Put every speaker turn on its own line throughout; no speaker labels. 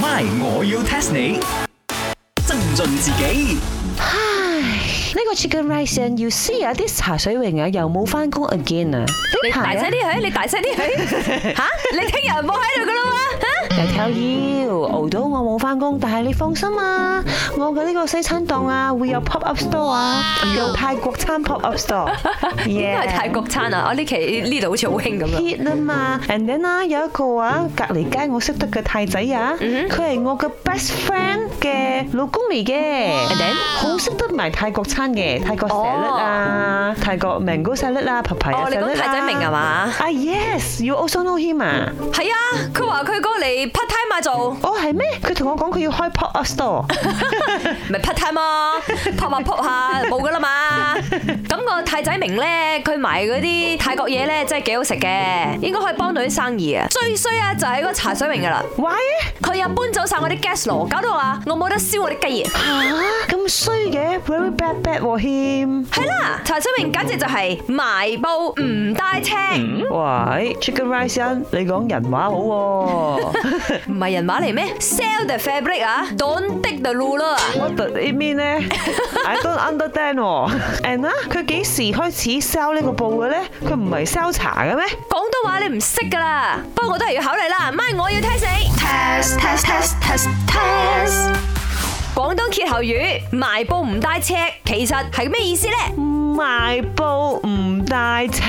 My，我要 test 你。增進自己
呢個 Chicken Rice and You See 啊，啲茶水榮啊又冇翻工 again 啊！呢
你大
排
聲
啊
啲去，你大聲啲去。吓，你聽日唔好喺度噶啦嘛。嚇
又跳腰，熬到我冇翻工，但係你放心啊，我嘅呢個西餐檔啊會有 pop up store 啊，有泰國餐 pop up store，
應該係泰
Yeah
國餐啊！我呢期呢度好似好興咁樣。
hit 啊嘛，and then 啊有一個啊隔離街我識得嘅泰仔啊，
嗯
佢係我嘅 best friend 嘅老公嚟嘅
And then？
好識得埋泰國餐嘅，泰國 salad 啊，泰國 mango salad 啊，papaya
哦你
salad
講
啊
泰仔明係嘛
啊 yes，you also know him 啊。
係啊，佢話佢過嚟 part time 嘛做，
哦，係咩？佢同我講佢要開 pop up store，
咪 part time 咯，撲下撲下冇噶啦嘛。咁個泰仔明咧，佢賣嗰啲泰國嘢咧，真係幾好食嘅，應該可以幫到啲生意啊。最衰啊，就係嗰個茶水榮噶啦，
喂，
佢又搬走晒我啲 gas 爐，搞到啊，我冇得燒我啲雞翼。
嚇咁衰嘅，very bad bad 喎謙。
係啦，茶水榮簡直就係埋布唔帶尺，
嗯喂，Chicken Rice Inn，你講人話好 喎
唔係人話嚟咩？Sell the fabric 啊，don't dig the ruler 啊。
，What does it mean 咧？I don't understand 喎。And 啊，佢幾時開始 sell 呢個布嘅咧？佢唔係 sell 茶嘅咩？
廣東話你唔識噶啦，不過我都係要考你啦。咪我要 test 你
test test test test test
廣東歇後語埋布唔帶尺，其實係咩意思呢？
賣布唔帶尺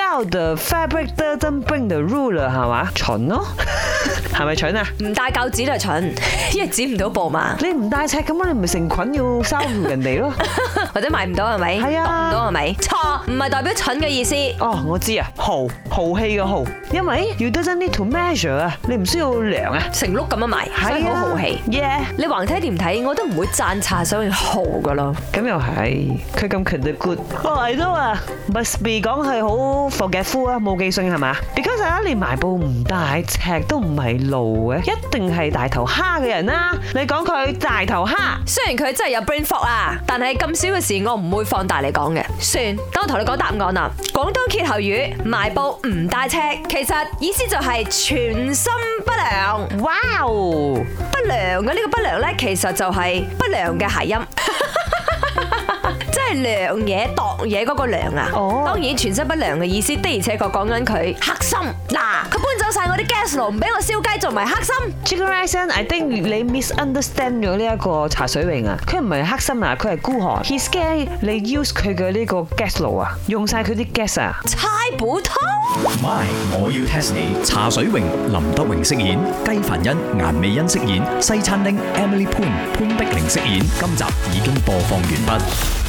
，sell the fabric doesn't bring the ruler 係嘛？蠢咯，係咪蠢啊？
唔帶教指就係蠢， 因為指唔到布嘛，
你唔帶尺咁樣，你咪成捆要收唔人哋咯？
或者賣唔到係咪？
係啊
讀唔到係咪？錯，唔係代表蠢嘅意思。
哦，我知啊，豪豪氣嘅豪，因為 you doesn't need to measure 啊，你唔需要量啊，
成碌咁樣賣，所以好豪氣。
耶！
你橫睇掂睇，我都唔會讚茶水榮豪噶咯。
咁又係，佢咁強力 good，哦係都啊，must be 講佢好 forgetful 啊，冇記性係嘛？Because 啊，你埋布唔帶尺都唔係路嘅，一定係大頭蝦嘅人啦。你講佢大頭蝦，
雖然佢真係有 brain fog 啊，但係咁少嘅事我唔會放大嚟講嘅。算，等我同你講答案啦。廣東歇後語埋布唔帶尺，其實意思就係全心不良。
哇哦！
不良嘅呢個不良呢，其實就係不良嘅諧音。 即係量嘢度嘢嗰個量啊！
哦
當然全身不良嘅意思的而且確講緊佢黑心嗱，佢搬走晒我啲 gas 爐，唔俾我燒雞，仲唔係黑心？
Chicken Rice and I think 你 misunderstand 咗呢一個茶水榮啊，佢唔係黑心啊，佢係孤寒。He scared 你 use 佢嘅呢個 gas 爐啊，用晒佢啲 gas 啊。
猜補通。
，My，我要 test 你。茶水榮、林德榮飾演，雞凡欣、顏美欣飾演，西餐廳 Emily Poon 潘碧玲飾演。今集已經播放完畢。